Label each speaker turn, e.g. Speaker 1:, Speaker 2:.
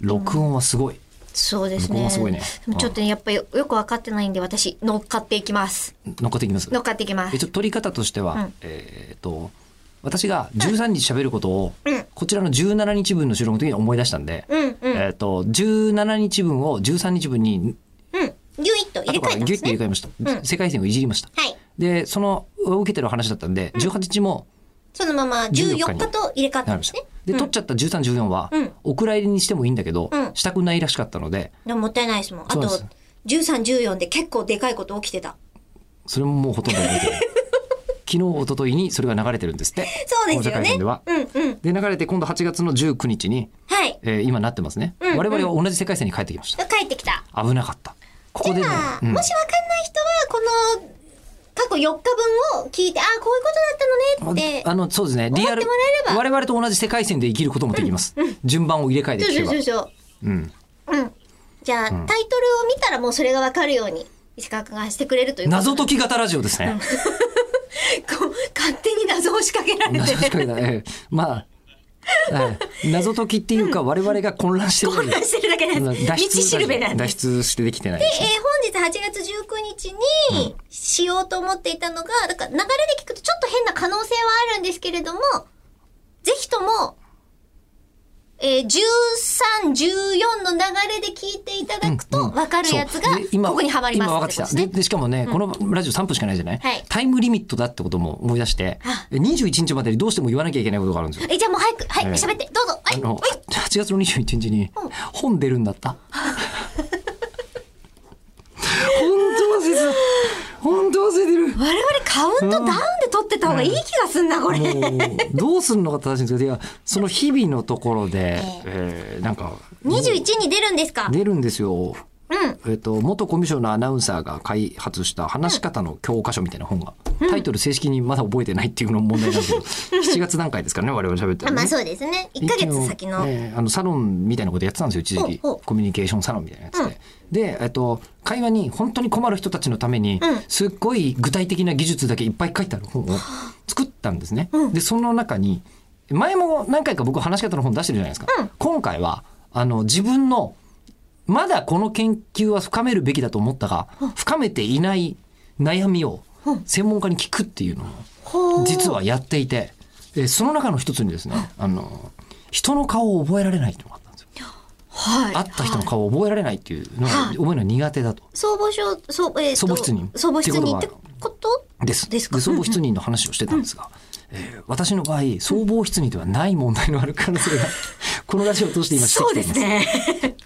Speaker 1: 録音はすごい。
Speaker 2: そうです
Speaker 1: 向こう
Speaker 2: ね。
Speaker 1: がすごいね
Speaker 2: でもちょっとね、やっぱりよく分かってないんで、私、乗っかっていきます。
Speaker 1: 乗っかっていきます。
Speaker 2: 乗っかっていきま
Speaker 1: え
Speaker 2: す
Speaker 1: ち。ょっと取り方としては、
Speaker 2: ん
Speaker 1: えーっと、私が13日喋ることを、
Speaker 2: うん
Speaker 1: こちらの17日分の収録の時に思い出したんで、
Speaker 2: うんうん。
Speaker 1: えーっと、17日分を13日分に、
Speaker 2: うん。ギュイッと入れ
Speaker 1: 後か
Speaker 2: 替え
Speaker 1: らギ
Speaker 2: たん
Speaker 1: ュッ
Speaker 2: で
Speaker 1: て
Speaker 2: す
Speaker 1: 入れ
Speaker 2: ね。
Speaker 1: 替えました。
Speaker 2: うん
Speaker 1: 世界線をいじりました。
Speaker 2: はい。
Speaker 1: で、その、受けてる話だったんで、18日も
Speaker 2: そのまま14日と入れ替わ
Speaker 1: なり
Speaker 2: ったん
Speaker 1: ま
Speaker 2: で
Speaker 1: し
Speaker 2: す
Speaker 1: た
Speaker 2: ね。。
Speaker 1: で、取っちゃった13、14は
Speaker 2: うん、
Speaker 1: お蔵入りにしてもいいんだけど
Speaker 2: うん、
Speaker 1: したくないらしかったので、
Speaker 2: でももったいないですもん。あ
Speaker 1: そう
Speaker 2: と
Speaker 1: なんです、
Speaker 2: 13、14で結構でかいこと起きてた。
Speaker 1: それももうほとんど覚え てない昨日、一昨日にそれが流れてるんですって。
Speaker 2: そうですよ
Speaker 1: この世界
Speaker 2: ね。
Speaker 1: 線では。
Speaker 2: うんうん。
Speaker 1: で、流れて今度8月の19日に、
Speaker 2: はい。
Speaker 1: えー今なってますね、
Speaker 2: んうん
Speaker 1: 我々は同じ世界線に帰ってきまし
Speaker 2: 帰ってきた。
Speaker 1: た危なかったここでね
Speaker 2: じゃあ、
Speaker 1: うん
Speaker 2: もし分かんない人は、この、過去4日分を聞いて、ああ、こういうことだったのねって
Speaker 1: あ、のそうですねリアル
Speaker 2: 思っても
Speaker 1: 我々と同じ世界線で生きることもできます、順番を入れ替えて
Speaker 2: そう
Speaker 1: 聞けば
Speaker 2: そうそう
Speaker 1: うん、
Speaker 2: そう。うん。じゃあ、タイトルを見たらもうそれが分かるように、石川君がしてくれるということ
Speaker 1: 謎解き型ラジオですね、
Speaker 2: こう勝手に謎を仕掛けられ
Speaker 1: 謎解
Speaker 2: て、
Speaker 1: き型 ええまあ、はい謎解きっていうか我々が混乱してる
Speaker 2: 混乱してるだけなんです。
Speaker 1: 脱
Speaker 2: 道
Speaker 1: 出
Speaker 2: しるべなんで
Speaker 1: 脱
Speaker 2: す。
Speaker 1: 出してできてない
Speaker 2: えー本日8月19日にしようと思っていたのが、だから流れで聞くとちょっと変な可能性はあるんですけれども、ぜひとも、えー、13、14の流れで聞いていただくと分かるやつが、
Speaker 1: そうで今
Speaker 2: ここにはまります
Speaker 1: 今分かってきた。
Speaker 2: ってこと
Speaker 1: ででしかもね、このラジオ3分しかないじゃない、
Speaker 2: はい
Speaker 1: タイムリミットだってことも思い出して
Speaker 2: あ、
Speaker 1: 21日までにどうしても言わなきゃいけないことがあるんですよ。
Speaker 2: ですねえ、じゃあもう早く、はい、
Speaker 1: ええ
Speaker 2: 喋って、どうぞ、はい、
Speaker 1: あ
Speaker 2: は
Speaker 1: の、8月の21日に
Speaker 2: うん
Speaker 1: 本出るんだった。本当忘れてた。本当忘れてる。
Speaker 2: い。我々カウントダウンで撮ってた方がいい気がすんな、これ。
Speaker 1: もう、どうするのが正しいんですかいや、その日々のところで、えーなんか、
Speaker 2: 21に出るんですか
Speaker 1: 出るんですよ。
Speaker 2: うん。
Speaker 1: えっと、元コミュ障のアナウンサーが開発した話し方の教科書みたいな本が、タイトル正式にまだ覚えてないっていうのも問題なんですけど7月段階ですからね我々喋ってるの
Speaker 2: あまあ
Speaker 1: ね
Speaker 2: そうですね。1ヶ月先の。
Speaker 1: ええあのサロンみたいなことやってたんですよ一時期
Speaker 2: ほうほう
Speaker 1: コミュニケーションサロンみたいなやつで、で、えっと、会話に本当に困る人たちのために、
Speaker 2: うん
Speaker 1: すっごい具体的な技術だけいっぱい書いてある本を作ったんですね、でその中に前も何回か僕話し方の本出してるじゃないですか、今回はあの自分のまだこの研究は深めるべきだと思ったが深めていない悩みを専門家に聞くっていうのを
Speaker 2: ほう
Speaker 1: 実はやっていて、えーその中の一つにですね、あの、人の顔を覚えられないっていうのがあったんですよ。
Speaker 2: はい。
Speaker 1: 会った人の顔を覚えられないっていうのが、
Speaker 2: は
Speaker 1: 覚え
Speaker 2: い
Speaker 1: るのが苦手だと。
Speaker 2: 総合所、総えーと
Speaker 1: 総合失認
Speaker 2: 総合室にって
Speaker 1: って
Speaker 2: こと
Speaker 1: です。
Speaker 2: ですか
Speaker 1: 総合失認の話をしてたんですが、えー私の場合、総合失認ではない問題のある可能性が、このラジオを通して今して
Speaker 2: そう
Speaker 1: きて
Speaker 2: で
Speaker 1: い
Speaker 2: す
Speaker 1: ます。
Speaker 2: ね。